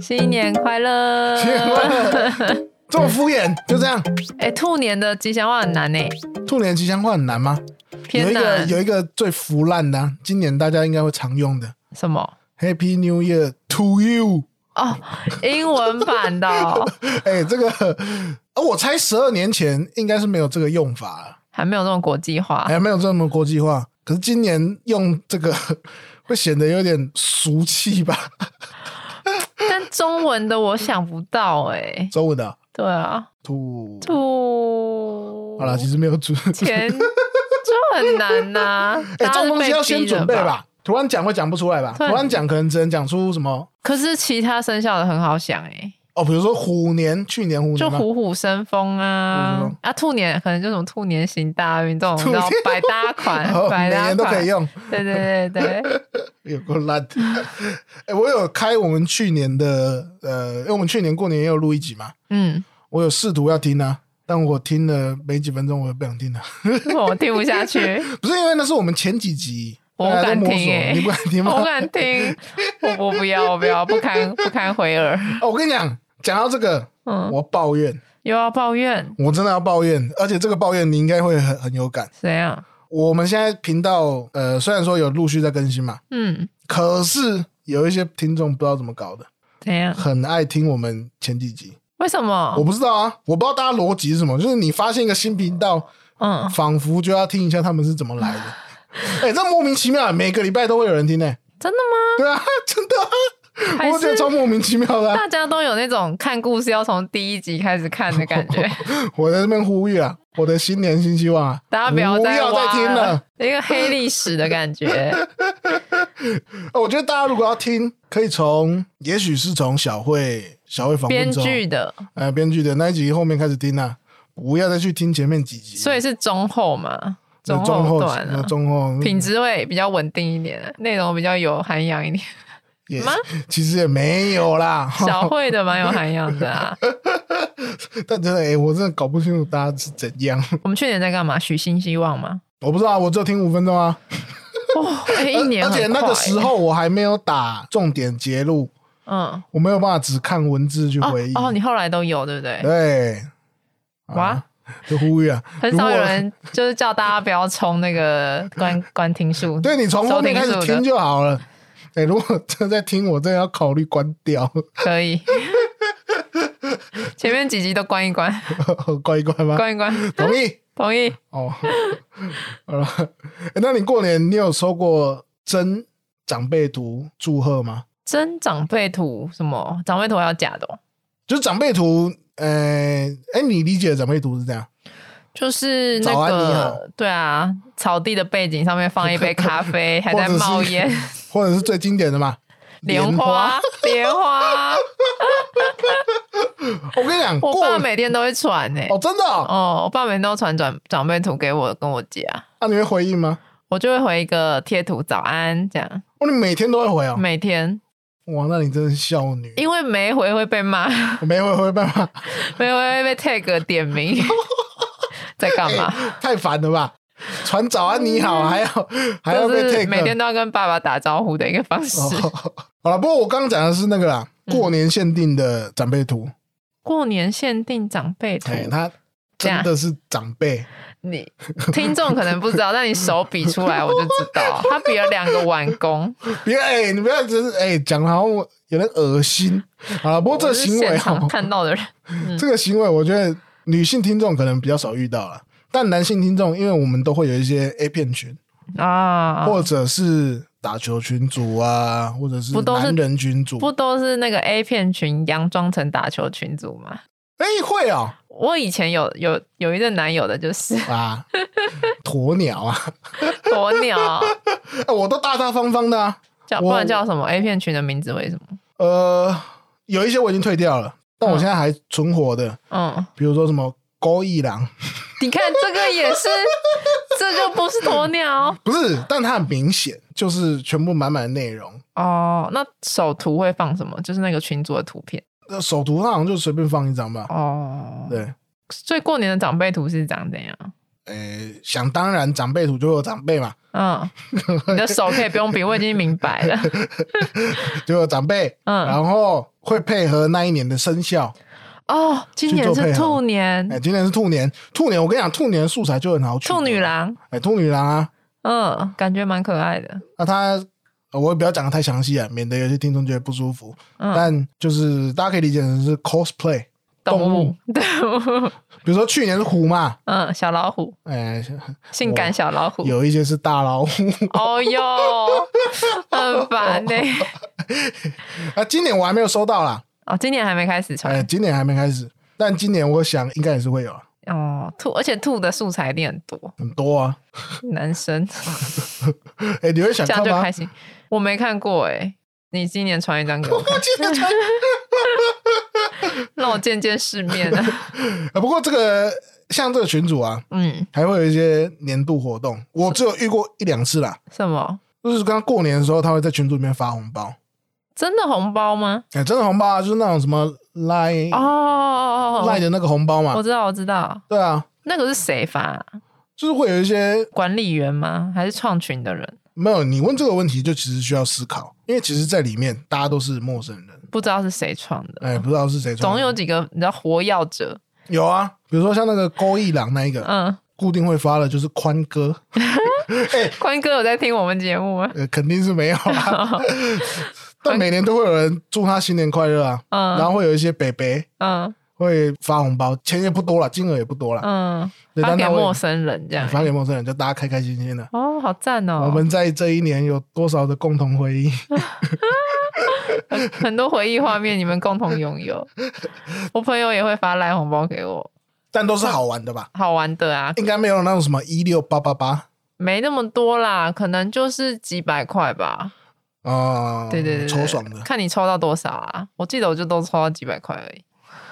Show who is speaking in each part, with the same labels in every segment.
Speaker 1: 新年快乐！
Speaker 2: 新年快乐 这么敷衍，就这样。
Speaker 1: 哎、兔年的吉祥话很难呢、
Speaker 2: 兔年吉祥话很难吗？有
Speaker 1: 偏
Speaker 2: 一个
Speaker 1: 难。
Speaker 2: 有一个最腐烂的啊、今年大家应该会常用的
Speaker 1: 什么？
Speaker 2: “Happy New Year to you”。
Speaker 1: 哦，英文版的 哦、
Speaker 2: 哎、这个，呃我猜十二年前应该是没有这个用法了，哎
Speaker 1: 还没有这种国际化。
Speaker 2: 还没有这么国际化。可是今年用这个 会显得有点俗气吧？
Speaker 1: 但中文的我想不到哎、
Speaker 2: 中文的啊
Speaker 1: 对啊，
Speaker 2: 兔，
Speaker 1: 兔。
Speaker 2: 好了，其实没有哎准。
Speaker 1: 钱就很难呐、
Speaker 2: 哎、
Speaker 1: 大
Speaker 2: 这
Speaker 1: 家
Speaker 2: 种
Speaker 1: 是
Speaker 2: 东西要
Speaker 1: 被
Speaker 2: 先
Speaker 1: 逼的
Speaker 2: 准备
Speaker 1: 吧。
Speaker 2: 吧。突然讲会讲不出来吧？
Speaker 1: 突
Speaker 2: 突
Speaker 1: 然
Speaker 2: 然讲可能只能讲出什么
Speaker 1: 可是其他生肖的很好想哎、
Speaker 2: 哦，比如说虎年，去年虎年
Speaker 1: 就
Speaker 2: 嘛
Speaker 1: 虎虎生风
Speaker 2: 虎虎
Speaker 1: 啊
Speaker 2: 生风
Speaker 1: 啊！兔年可能就什么兔年行大运这种，
Speaker 2: 兔
Speaker 1: 然后
Speaker 2: 年
Speaker 1: 百搭款
Speaker 2: 哦，，每
Speaker 1: 百搭
Speaker 2: 年都可
Speaker 1: 款
Speaker 2: 以，用，
Speaker 1: 对对对对，
Speaker 2: 有够烂。 哎、我有开我们去年的，呃，因为我们去年过年也有录一集嘛，
Speaker 1: 嗯，
Speaker 2: 我有试图要听啊，但我听了没几分钟，我就不想听了。
Speaker 1: 我听不下去，
Speaker 2: 不是因为那是我们前几集，
Speaker 1: 我
Speaker 2: 大家
Speaker 1: 敢
Speaker 2: 都摸
Speaker 1: 听
Speaker 2: 索
Speaker 1: 欸
Speaker 2: 你不敢听 吗？
Speaker 1: 我不敢听，我我不要，我不要，不堪不堪回耳，
Speaker 2: 哦，我跟你讲，讲到这个，
Speaker 1: 嗯，
Speaker 2: 我抱怨，
Speaker 1: 又要抱怨，
Speaker 2: 我真的要抱怨，而且这个抱怨你应该会很很有感。
Speaker 1: 怎样？
Speaker 2: 我们现在频道，呃，虽然说有陆续在更新嘛，
Speaker 1: 嗯，
Speaker 2: 可是有一些听众不知道怎么搞的，
Speaker 1: 怎样？
Speaker 2: 很爱听我们前几集。
Speaker 1: 为什么
Speaker 2: 我？不知道啊，我不知道大家逻辑是什么，就是你发现一个新频道，
Speaker 1: 嗯，
Speaker 2: 仿佛就要听一下他们是怎么来 的。哎、这莫名其妙，每个礼拜都会有人听呢、
Speaker 1: 真的吗？
Speaker 2: 对啊， 真的、啊，
Speaker 1: 还
Speaker 2: 我觉得
Speaker 1: 是
Speaker 2: 超莫名其妙 的啊、
Speaker 1: 大家都有那种看故事要从第一集开始看的感 觉？
Speaker 2: 我在这边呼吁啊，我的新年新希望啊，
Speaker 1: 大家不要
Speaker 2: 不
Speaker 1: 再
Speaker 2: 要
Speaker 1: 挖
Speaker 2: 再听了。，
Speaker 1: 一个黑历史的感 觉。
Speaker 2: 呃我觉得大家如果要听，可以从，也许是从小慧小慧访
Speaker 1: 编
Speaker 2: 问中，
Speaker 1: 剧的，
Speaker 2: 呃，编剧的那一集后面开始听啊，不要再去听前面几集，
Speaker 1: 所以是中后嘛，
Speaker 2: 那
Speaker 1: 中
Speaker 2: 中后
Speaker 1: 段
Speaker 2: 那
Speaker 1: 啊，
Speaker 2: 中后
Speaker 1: 品质会比较稳定一点，内容比较有涵养一 点。
Speaker 2: 也
Speaker 1: 吗
Speaker 2: 其实也没有啦，
Speaker 1: 小慧的蛮有涵养的啊。
Speaker 2: 但真的，哎、我真的搞不清楚大家是怎样，
Speaker 1: 我们去年在干嘛？许新希望吗？
Speaker 2: 我不知道啊，我只有听五分钟啊，
Speaker 1: 哦，哎一年
Speaker 2: 而且
Speaker 1: 很快欸
Speaker 2: 那个时，候我还没有打重点截录，
Speaker 1: 嗯，
Speaker 2: 我没有办法只看文字去
Speaker 1: 哦
Speaker 2: 回忆。
Speaker 1: 哦，你后来都有对不对？
Speaker 2: 对，
Speaker 1: 哇，
Speaker 2: 就呼吁啊，
Speaker 1: 很少有
Speaker 2: 如果
Speaker 1: 人就是叫大家不要冲那个观观听数。
Speaker 2: 对你从后面开
Speaker 1: 收
Speaker 2: 始
Speaker 1: 听数的
Speaker 2: 听就好了。哎、如果真的在听，我真的要考虑关掉，
Speaker 1: 可以。前面几集都关一关，
Speaker 2: 啊关一关吗？
Speaker 1: 关一关，
Speaker 2: 同意
Speaker 1: 同意。
Speaker 2: 哦。 好了、哎那你过年你有收过真长辈图祝贺吗？
Speaker 1: 真长辈图什么？长辈图还要假的哦、
Speaker 2: 就是长辈图，呃，哎，你理解的长辈图是这样，
Speaker 1: 就是那
Speaker 2: 早安你好
Speaker 1: 个对啊，草地的背景上面放一杯咖 啡，还在冒烟，
Speaker 2: 或者是最经典的嘛？
Speaker 1: 莲花，莲 花。
Speaker 2: 莲花。我跟你讲，
Speaker 1: 我
Speaker 2: 过
Speaker 1: 爸每天都会传呢、
Speaker 2: 哦，真的哦，
Speaker 1: 哦，我爸每天都传长长辈图给我跟我姐啊，
Speaker 2: 那、你会回应吗？
Speaker 1: 我就会回一个贴图早安这样，
Speaker 2: 哦，你每天都会回哦。
Speaker 1: 每天，
Speaker 2: 哇，那你真是少女，
Speaker 1: 因为没回会被骂，
Speaker 2: 我没回回办法，
Speaker 1: 没回会被 tag 点名，在干嘛？
Speaker 2: 太烦了吧？传早安你好，还要还要被
Speaker 1: 嗯就是
Speaker 2: take
Speaker 1: 每天都要跟爸爸打招呼的一个方式。
Speaker 2: 哦。 好了，不过我刚刚讲的是那个啦，
Speaker 1: 嗯
Speaker 2: 过年限定的长辈图，
Speaker 1: 过年限定长辈图，
Speaker 2: 哎、他真的是长辈，
Speaker 1: 你听众可能不知道，但你手比出来我就知 道，他比了两个碗公。
Speaker 2: 别哎、你不要只是哎讲的好像我有点 恶心。好了，不过
Speaker 1: 我
Speaker 2: 这个
Speaker 1: 是
Speaker 2: 行为
Speaker 1: 现
Speaker 2: 哦
Speaker 1: 场，看到的人，
Speaker 2: 这个行为，我觉得女性听众可能比较少遇到了，但男性听众，因为我们都会有一些 A 片群，
Speaker 1: 啊，
Speaker 2: 或者是打球群组啊，或者是
Speaker 1: 不都是
Speaker 2: 男人群组，
Speaker 1: 不都是那个 A 片群佯装成打球群组吗？
Speaker 2: 哎、会哦
Speaker 1: 我以前有有有一任男友的就是
Speaker 2: 啊， 鸵鸟啊，
Speaker 1: 鸵鸟，
Speaker 2: 哎我都大大方方的啊，
Speaker 1: 叫
Speaker 2: 我
Speaker 1: 不然叫什么 A 片群的名字？为什么？
Speaker 2: 呃，有一些我已经退掉了，但我现在还存活的，
Speaker 1: 嗯，
Speaker 2: 比如说什么高一郎，
Speaker 1: 你看这个也是， 这就不是鸵鸟
Speaker 2: 不是，但它很明显就是全部满满的内容。
Speaker 1: 哦。那首图会放什么？就是那个群组的图片
Speaker 2: 呃首图它好像就随便放一张吧，
Speaker 1: 哦。
Speaker 2: 对，
Speaker 1: 所以过年的长辈图是长怎样？
Speaker 2: 呃，想当然长辈图就会有长辈嘛，
Speaker 1: 嗯，你的手可以不用比，我已经明白了。
Speaker 2: 就有长辈，
Speaker 1: 嗯
Speaker 2: 然后会配合那一年的生肖。
Speaker 1: 哦，今年是兔
Speaker 2: 哎、
Speaker 1: 年，
Speaker 2: 今年是兔年，兔年我跟你讲，兔年素材就很好取。
Speaker 1: 嗯兔女，郎，
Speaker 2: 哎、兔女郎啊，
Speaker 1: 嗯，感觉蛮可爱的。
Speaker 2: 那他呃我也不要讲的太详细啊，免得有些听众觉得不舒服。
Speaker 1: 嗯，
Speaker 2: 但就是大家可以理解成是 cosplay，
Speaker 1: 动物，动物，
Speaker 2: 比如说去年是虎嘛，
Speaker 1: 嗯，小老虎，
Speaker 2: 哎、
Speaker 1: 性感小老虎。
Speaker 2: 有一些是大老虎。
Speaker 1: 哦哟，很烦呢。
Speaker 2: 啊，今年我还没有收到啦，
Speaker 1: 哦，今年还没开始
Speaker 2: 哎、
Speaker 1: 穿。
Speaker 2: 今年还没开始，但今年我想应该也是会有啊，
Speaker 1: 哦，兔，而且兔的素材一定很多，
Speaker 2: 很多啊。
Speaker 1: 男生
Speaker 2: 哎、你会想
Speaker 1: 这样
Speaker 2: 看
Speaker 1: 就
Speaker 2: 吗
Speaker 1: 开？心。我没看过哎，你今年传一张给我看
Speaker 2: 我，哦今年才
Speaker 1: 让我见见世面啊。
Speaker 2: 啊，不过这个像这个群主啊，
Speaker 1: 嗯，
Speaker 2: 还会有一些年度活动，我只有遇过一两次啦。
Speaker 1: 什么？
Speaker 2: 就是刚过年的时候，他会在群组里面发红包，
Speaker 1: 真的红包吗？
Speaker 2: 哎、真的红包啊，就是那种什么赖
Speaker 1: 哦哦，哦
Speaker 2: 赖
Speaker 1: 哦
Speaker 2: 的那个红包嘛
Speaker 1: 我，知道，我知道，
Speaker 2: 对啊，
Speaker 1: 那个是谁发啊？
Speaker 2: 就是会有一些
Speaker 1: 管理员吗？还是创群的人？
Speaker 2: 没有你问这个问题，就其实需要思考，因为其实在里面大家都是陌生人，
Speaker 1: 不知道是谁创的，
Speaker 2: 哎、不知道是谁
Speaker 1: 嗯
Speaker 2: 传
Speaker 1: 总
Speaker 2: 的
Speaker 1: 有几个你知道活要者。
Speaker 2: 有啊，比如说像那个勾一郎那一个，
Speaker 1: 嗯，
Speaker 2: 固定会发的就是宽哥，哎、
Speaker 1: 宽哥有在听我们节目吗？
Speaker 2: 呃，肯定是没有 啦，但每年都会有人祝他新年快乐啊，
Speaker 1: 嗯
Speaker 2: 然后会有一些北北
Speaker 1: 嗯
Speaker 2: 会发红包，钱也不多了，金额也不多了，
Speaker 1: 嗯，
Speaker 2: 对
Speaker 1: 发
Speaker 2: 但
Speaker 1: 给
Speaker 2: 他会嗯
Speaker 1: 陌生人 这样。
Speaker 2: 发给陌生人，就大家开开心心的。
Speaker 1: 哦，好赞哦！
Speaker 2: 我们在这一年有多少的共同回忆？
Speaker 1: 很多回忆画面，你们共同拥 有。我朋友也会发来红包给我，
Speaker 2: 但都是好玩的吧？
Speaker 1: 好玩的啊，
Speaker 2: 应该没有那种什么一六八八八
Speaker 1: 没那么多啦，可能就是几百块吧。
Speaker 2: 啊，
Speaker 1: 对对对对
Speaker 2: 抽爽的。
Speaker 1: 看你抽到多少啊！我记得我就都抽到几百块而已。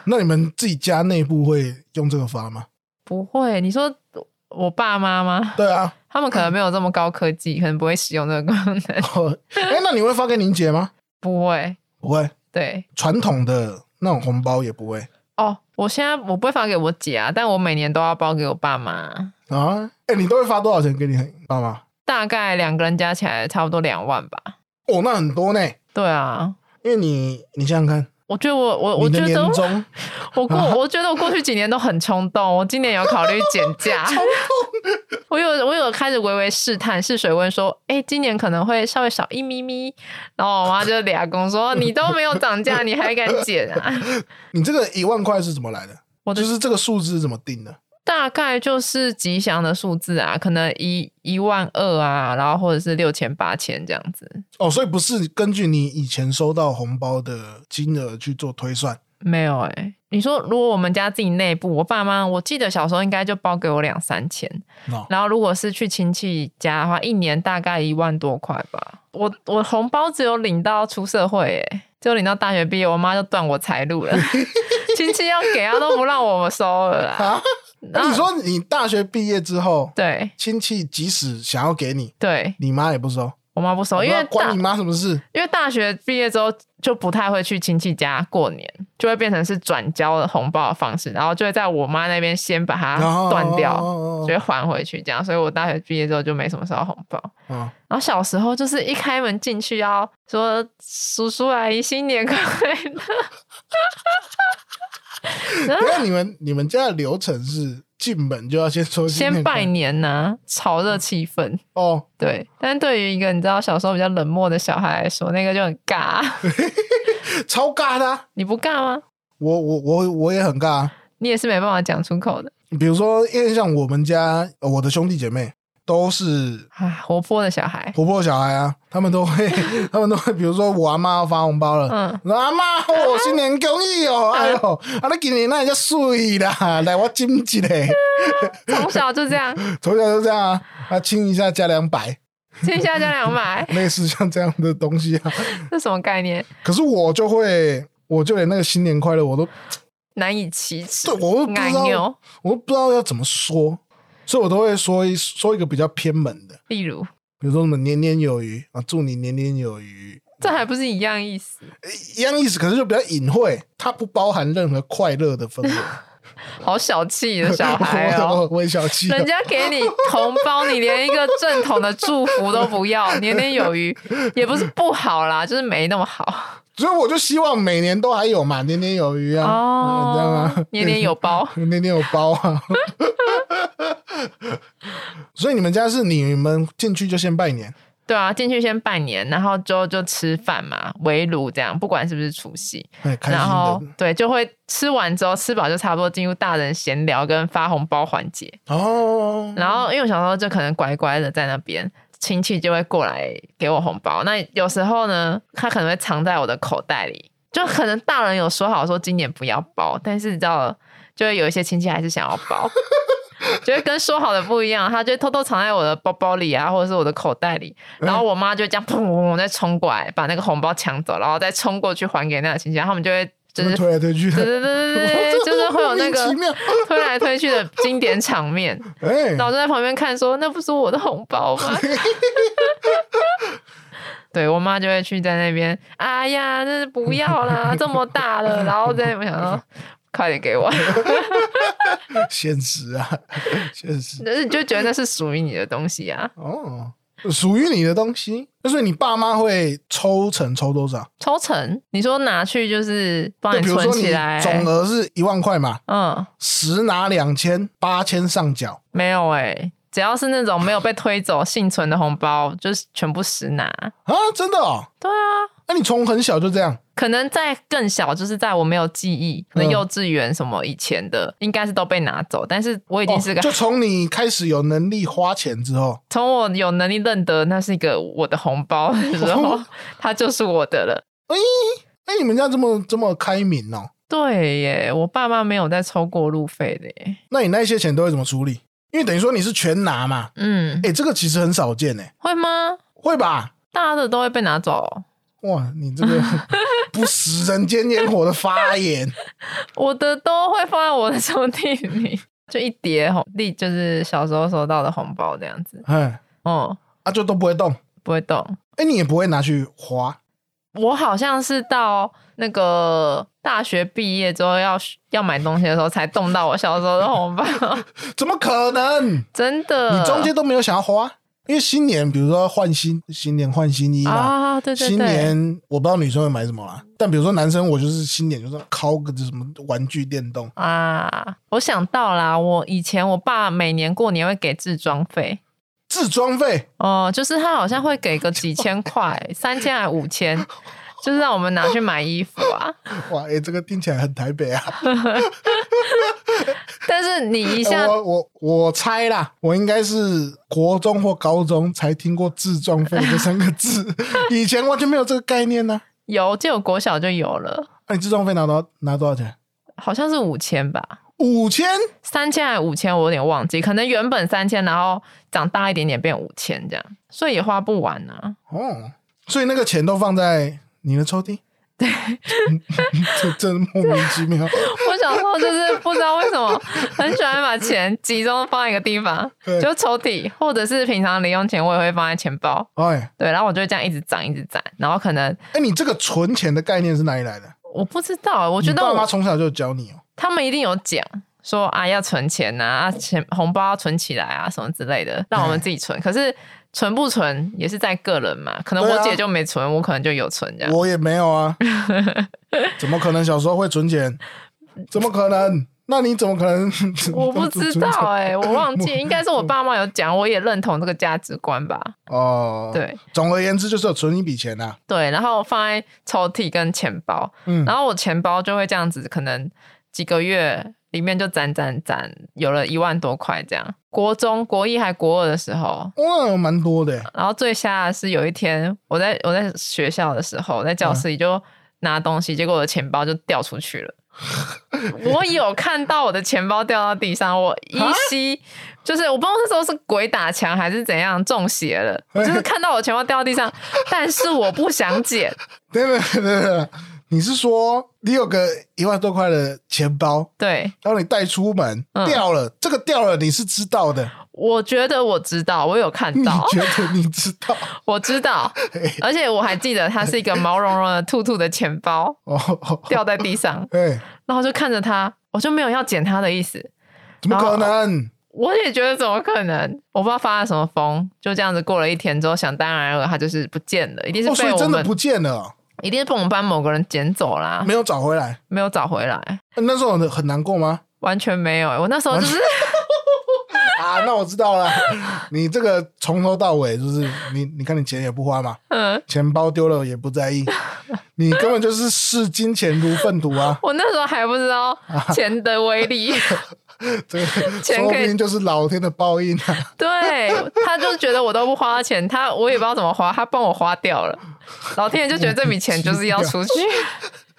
Speaker 2: 那你们自己家内部会用这个发吗？
Speaker 1: 不会，你说我爸妈吗？
Speaker 2: 对啊，
Speaker 1: 他们可能没有这么高科技，可能不会使用这个功能。
Speaker 2: 哎，那你会发给您姐吗？
Speaker 1: 不会，
Speaker 2: 不会，
Speaker 1: 对。
Speaker 2: 传统的那种红包也不会
Speaker 1: 哦，我现在我不会发给我姐啊，但我每年都要包给我爸妈，
Speaker 2: 啊。哎，你都会发多少钱给你爸妈？
Speaker 1: 大概两个人加起来差不多两万吧。
Speaker 2: 哦，那很多呢。
Speaker 1: 对啊，
Speaker 2: 因为你，你想想看，
Speaker 1: 我觉得我我我
Speaker 2: 你的
Speaker 1: 觉
Speaker 2: 年
Speaker 1: 得
Speaker 2: 终啊
Speaker 1: 我过，我觉得我过去几年都很冲动，我今年有考虑减 价。我有我有开始微微试探试水温，说，哎、今年可能会稍微少一咪咪。然后我妈就俩公说，你都没有涨价，你还敢减啊？
Speaker 2: 你这个一万块是怎么来的？
Speaker 1: 我的
Speaker 2: 就是这个数字是怎么定的？
Speaker 1: 大概就是吉祥的数字啊，可能一一万二啊，然后或者是六千八千这样子。
Speaker 2: 哦，所以不是根据你以前收到红包的金额去做推算。
Speaker 1: 没有哎、你说如果我们家自己内部，我爸妈，我记得小时候应该就包给我两三千，
Speaker 2: 哦，
Speaker 1: 然后如果是去亲戚家的话，一年大概一万多块吧。我我红包只有领到出社会、欸，只有领到大学毕业，我妈就断我财路 了。亲戚要给啊，都不让我收了啦。
Speaker 2: 啊，
Speaker 1: 然
Speaker 2: 那
Speaker 1: 后
Speaker 2: 你说你大学毕业之后，
Speaker 1: 对
Speaker 2: 亲戚即使想要给你，
Speaker 1: 对，
Speaker 2: 你妈也不收，
Speaker 1: 我妈不哦收，因为
Speaker 2: 那
Speaker 1: 大
Speaker 2: 关你妈什么事？
Speaker 1: 因为大学毕业之后就不太会去亲戚家过年，就会变成是转交的红包的方式，然后就会在我妈那边先把它啊断掉，
Speaker 2: 哦
Speaker 1: 就会还回去这样。所以我大学毕业之后就没什么收到红包。
Speaker 2: 哦
Speaker 1: 然后小时候就是一开门进去要说叔叔阿姨新年快 乐，
Speaker 2: 那你们你们家的流程是进门就要先说新
Speaker 1: 先
Speaker 2: 年快
Speaker 1: 拜年呐、炒热气氛。
Speaker 2: 哦，
Speaker 1: 对，但对于一个你知道小时候比较冷漠的小孩来说，那个就很尬。啊
Speaker 2: 超尬的啊、
Speaker 1: 你不尬吗？
Speaker 2: 我我我我也很尬、啊。
Speaker 1: 你也是没办法讲出口的
Speaker 2: 比如说，因为像我们家呃我的兄弟姐妹都是
Speaker 1: 啊，活泼的小孩。
Speaker 2: 婆婆小孩啊，他们都会他们都会，比如说我阿妈要发红包了。
Speaker 1: 嗯，
Speaker 2: 我说阿妈，哦，新年恭喜哦！哎呦，啊，你今年那也叫水啦， 来我亲一下，
Speaker 1: 从小就这样，
Speaker 2: 从小就这样啊，啊，亲一下加两百，
Speaker 1: 亲下加两买，
Speaker 2: 类似像这样的东西啊。
Speaker 1: 这什么概念？
Speaker 2: 可是我就会，我就连那个新年快乐，我都
Speaker 1: 难以启齿
Speaker 2: 对，我都不
Speaker 1: 奶
Speaker 2: 知道，
Speaker 1: 牛，
Speaker 2: 我都不知道要怎么说，所以我都会说一说一个比较偏门的，
Speaker 1: 例如，
Speaker 2: 比如说什么年年有余啊，祝你年年有余，
Speaker 1: 这还不是一样意思？
Speaker 2: 一样意思，可是就比较隐晦，它不包含任何快乐的氛围。
Speaker 1: 好小气的 小孩
Speaker 2: 我
Speaker 1: 哦。
Speaker 2: 我很小气 啊，
Speaker 1: 人家给你红包，你连一个正统的祝福都不要，年年有余，也不是不好啦，就是没那么好
Speaker 2: 所以我就希望每年都还有嘛，年年有余啊，嗯你知道
Speaker 1: 哦
Speaker 2: 吗。？
Speaker 1: 年年有包，
Speaker 2: 那天有包啊。 所以你们家是你们进去就先拜年，
Speaker 1: 对啊，进去先拜年，然后之后就吃饭嘛，围炉这样，不管是不是除夕，
Speaker 2: 哎，开心
Speaker 1: 然后
Speaker 2: 的
Speaker 1: 对，就会吃完之后吃饱就差不多进入大人闲聊跟发红包环节。
Speaker 2: 哦。
Speaker 1: 然后因为我小时候就可能乖乖的在那边，亲戚就会过来给我红包。那有时候呢，他可能会藏在我的口袋里，就可能大人有说好说今年不要包，但是你知道，就会有一些亲戚还是想要 包。就会跟说好的不一样，他就会偷偷藏在我的包包里啊，或者是我的口袋里，
Speaker 2: 嗯
Speaker 1: 然后我妈就这样砰砰砰再冲过来，把那个红包抢走，然后再冲过去还给那个亲戚，然后他们就会就
Speaker 2: 怎么
Speaker 1: 是
Speaker 2: 推来推去
Speaker 1: 对
Speaker 2: 的，
Speaker 1: 对对 对对，就是会有那
Speaker 2: 莫
Speaker 1: 个
Speaker 2: 名其妙
Speaker 1: 推来推去的经典场面。
Speaker 2: 哎
Speaker 1: 然，后我就在旁边看说，那不是我的红包吗？ 对我妈就会去在那边，哎呀，那不要啦，这么大了，然后在那边想说，快点给我，
Speaker 2: 现实啊，现实
Speaker 1: 但是你就觉得那是属于你的东西啊，
Speaker 2: 哦，属于你的东西。那所以你爸妈会抽成抽多少？
Speaker 1: 抽成，你说拿去就是帮
Speaker 2: 就
Speaker 1: 你
Speaker 2: 比如
Speaker 1: 存
Speaker 2: 说你
Speaker 1: 起来，
Speaker 2: 总额是一万块嘛，
Speaker 1: 嗯，
Speaker 2: 十拿两千，八千上缴。
Speaker 1: 没有哎、只要是那种没有被推走幸存的红包，就是全部实拿。
Speaker 2: 啊，真的哦？
Speaker 1: 对啊，
Speaker 2: 那、你从很小就这样？
Speaker 1: 可能在更小，就是在我没有记忆，可能
Speaker 2: 嗯
Speaker 1: 幼稚园什么以前的，应该是都被拿走。但是我已经是个
Speaker 2: 哦、就从你开始有能力花钱之后，
Speaker 1: 从我有能力认得那是一个我的红包的时候，
Speaker 2: 哦
Speaker 1: 它就是我的了。
Speaker 2: 哎、你们家这么这么开明哦？
Speaker 1: 对耶，我爸妈没有再抽过路费的耶。
Speaker 2: 那你那些钱都会怎么处理？因为等于说你是全拿嘛，
Speaker 1: 嗯，
Speaker 2: 哎、这个其实很少见哎、
Speaker 1: 会吗？
Speaker 2: 会吧？
Speaker 1: 大的都会被拿走，哦
Speaker 2: 哇，你这 个不食人间烟火的发言，
Speaker 1: 我的都会放在我的抽屉里，就一叠红利，就是小时候收到的红包这样子。
Speaker 2: 哎，
Speaker 1: 哦、
Speaker 2: 啊就都不会动，
Speaker 1: 不会动。
Speaker 2: 哎、你也不会拿去花，
Speaker 1: 我好像是到那个大学毕业之后要要买东西的时候，才动到我小时候的红包，
Speaker 2: 怎么可能？
Speaker 1: 真的。
Speaker 2: 你中间都没有想要花，因为新年比如说换新新年换新衣嘛。
Speaker 1: 啊，对对对，
Speaker 2: 新年我不知道女生会买什么啦，但比如说男生，我就是新年就是敲个什么玩具电动，
Speaker 1: 啊，我想到啦，我以前我爸每年过年会给置装费，
Speaker 2: 自装费
Speaker 1: 哦、就是他好像会给个几千块， 三千还五千，就是让我们拿去买衣服啊。
Speaker 2: 哇，哎、这个听起来很台北啊！
Speaker 1: 但是你一下，
Speaker 2: 我我我猜啦，我应该是国中或高中才听过“自装费”这三个 字，以前完全没有这个概念呢、
Speaker 1: 有就有国小就有了，
Speaker 2: 那、你自装费拿多拿多少钱？
Speaker 1: 好像是五千吧，
Speaker 2: 五千？
Speaker 1: 三千还五千，我有点忘记，可能原本三千，然后长大一点点变五千这样，所以也花不完啊。
Speaker 2: 哦，所以那个钱都放在你的抽屉。对， 这真莫名其妙。
Speaker 1: 我小时候就是不知道为什么很喜欢把钱集中放在一个地方
Speaker 2: 对，
Speaker 1: 就抽屉，或者是平常零用钱我也会放在钱包。
Speaker 2: 哎
Speaker 1: 对，然后我就会这样一直攒，一直攒，然后可能
Speaker 2: 哎，你这个存钱的概念是哪里来的？
Speaker 1: 我不知道，我
Speaker 2: 我
Speaker 1: 觉得
Speaker 2: 爸妈
Speaker 1: 我
Speaker 2: 从小就教你哦。
Speaker 1: 他们一定有讲说啊要存钱呐、啊，钱红包要存起来啊什么之类的，让我们自己存。可是存不存也是在个人嘛，可能
Speaker 2: 对
Speaker 1: 我
Speaker 2: 啊
Speaker 1: 姐就没存，我可能就有存这样。
Speaker 2: 我也没 有啊，怎么可能小时候会存钱？怎么可能？那 你怎么可能存？
Speaker 1: 我不知道
Speaker 2: 存
Speaker 1: 哎、我忘记，应该是我爸妈有讲，我也认同这个价值观吧。
Speaker 2: 哦，，
Speaker 1: 对
Speaker 2: 总而言之就是有存一笔钱啊。
Speaker 1: 对，然后放在抽屉跟钱包，
Speaker 2: 嗯
Speaker 1: 然后我钱包就会这样子，可能几个月里面就攒攒攒，有了一万多块这样。国中国一还国二的时候，
Speaker 2: 哇，蛮多的耶。
Speaker 1: 然后最瞎的是有一天我在我在学校的时候，我在教室里就拿东西，结果我的钱包就掉出去了。 我有看到我的钱包掉到地上，我依稀就是我不知道那时候是鬼打墙还是怎样中邪了，我 就是看到我钱包掉到地上，但是我不想捡，
Speaker 2: 对对对对对，你是说你有个一万多块的钱包，
Speaker 1: 对，
Speaker 2: 然后你带出门
Speaker 1: 嗯
Speaker 2: 掉了，这个掉了你是知道的，
Speaker 1: 我觉得我知道，我有看
Speaker 2: 你
Speaker 1: 到，
Speaker 2: 觉得你知 道？
Speaker 1: 我知道，而且我还记得它是一个毛茸茸的兔兔的钱包
Speaker 2: 哦，
Speaker 1: 掉在地上，
Speaker 2: 哎，
Speaker 1: 然后就看着它，我就没有要减它的意思。
Speaker 2: 怎么可能？哦
Speaker 1: 我也觉得怎么可能？我不知道发了什么疯，就这样子过了一天之后，想当然了，它就是不见了，一定
Speaker 2: 哦，
Speaker 1: 是
Speaker 2: 所
Speaker 1: 被
Speaker 2: 以
Speaker 1: 我
Speaker 2: 真的
Speaker 1: 们，啊
Speaker 2: 不见了，
Speaker 1: 一定是被我们班某个人捡走啦，
Speaker 2: 没有找回来。
Speaker 1: 没有找回来，
Speaker 2: 那时候很很难 过吗？
Speaker 1: 完全没有欸、我那时候就是
Speaker 2: 啊，那我知道了。你这个从头到尾就是你，你看你钱也不花嘛，
Speaker 1: 嗯。
Speaker 2: 钱包丢了也不 在意，你根本就是视金钱如粪土啊！
Speaker 1: 我那时候还不知道钱的威力，
Speaker 2: 这个
Speaker 1: 钱
Speaker 2: 说不
Speaker 1: 可以
Speaker 2: 定就是老天的报应啊！
Speaker 1: 对他就觉得我都不花钱，他我也不知道怎么花，他帮我花掉了。老天爷就觉得这笔钱就是要出 去，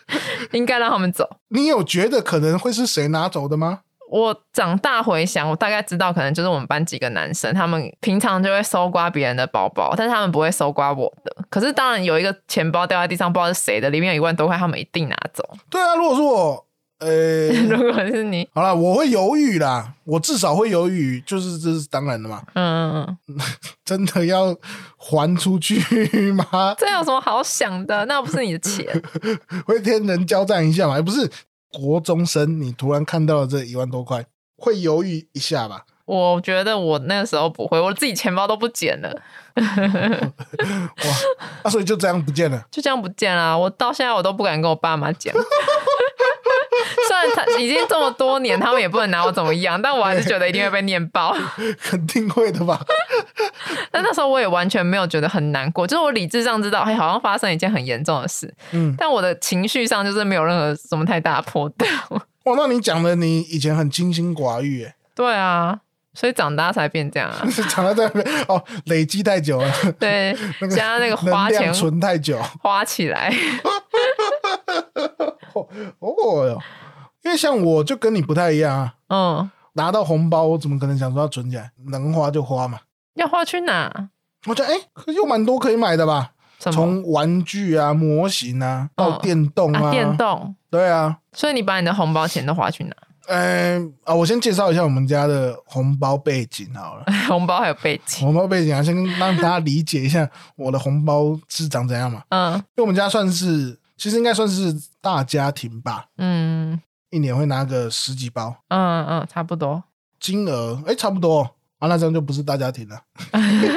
Speaker 2: 啊
Speaker 1: 应该让他们走。
Speaker 2: 你有觉得可能会是谁拿走的吗？
Speaker 1: 我长大回想，我大概知道，可能就是我们班几个男生，他们平常就会搜刮别人的包包，但是他们不会搜刮我的。可是当然有一个钱包掉在地上，不知道是谁的，里面有一万多块，他们一定拿走。
Speaker 2: 对啊，如果说我，呃、
Speaker 1: 如果是你，
Speaker 2: 好啦，我会犹豫啦，我至少会犹豫，就是这是当然的嘛。
Speaker 1: 嗯，嗯嗯
Speaker 2: 真的要还出去 吗？
Speaker 1: 这有什么好想的？那不是你的钱，
Speaker 2: 会天人交战一下哎嘛？也不是国中生，你突然看到了这一万多块，会犹豫一下吧？
Speaker 1: 我觉得我那时候不会，我自己钱包都不捡了。
Speaker 2: 哇， 啊，所以就这样不见了。
Speaker 1: 就这样不见啦、我到现在我都不敢跟我爸妈讲。 虽然他已经这么多年，他们也不能拿我怎么样，但我还是觉得一定会被念爆。
Speaker 2: 肯定会的吧？
Speaker 1: 但那时候我也完全没有觉得很难过，就是我理智上知道，哎，好像发生一件很严重的事，
Speaker 2: 嗯，
Speaker 1: 但我的情绪上就是没有任何什么太大的波动。
Speaker 2: 哇，那你讲的你以前很清心寡欲，哎，
Speaker 1: 对啊，所以长大才变这样啊。
Speaker 2: 讲到这边哦，累积 太久了，
Speaker 1: 对，
Speaker 2: 那个
Speaker 1: 加那个
Speaker 2: 能
Speaker 1: 花
Speaker 2: 量
Speaker 1: 钱
Speaker 2: 存太久。
Speaker 1: 花起来，
Speaker 2: 哦哟，因为像我就跟你不太一样啊，
Speaker 1: 嗯，
Speaker 2: 拿到红包我怎么可能想说要存起来？能花就花嘛。
Speaker 1: 要花去哪？
Speaker 2: 我觉得哎，可又蛮多可以买的吧，
Speaker 1: 什么？
Speaker 2: 从玩具啊、模型啊到
Speaker 1: 嗯
Speaker 2: 电动啊，
Speaker 1: 啊，电动。
Speaker 2: 对啊。
Speaker 1: 所以你把你的红包钱都花去哪？
Speaker 2: 嗯啊，我先介绍一下我们家的红包背景好了。
Speaker 1: 红包还有背景。
Speaker 2: 红包背景啊，先让大家理解一下我的红包是长怎样嘛。
Speaker 1: 嗯，
Speaker 2: 因为我们家算是，其实应该算是大家庭吧，
Speaker 1: 嗯
Speaker 2: 一年会拿个十几包，
Speaker 1: 嗯嗯，差不多。
Speaker 2: 金额哎、差不多啊，那这样就不是大家庭 了。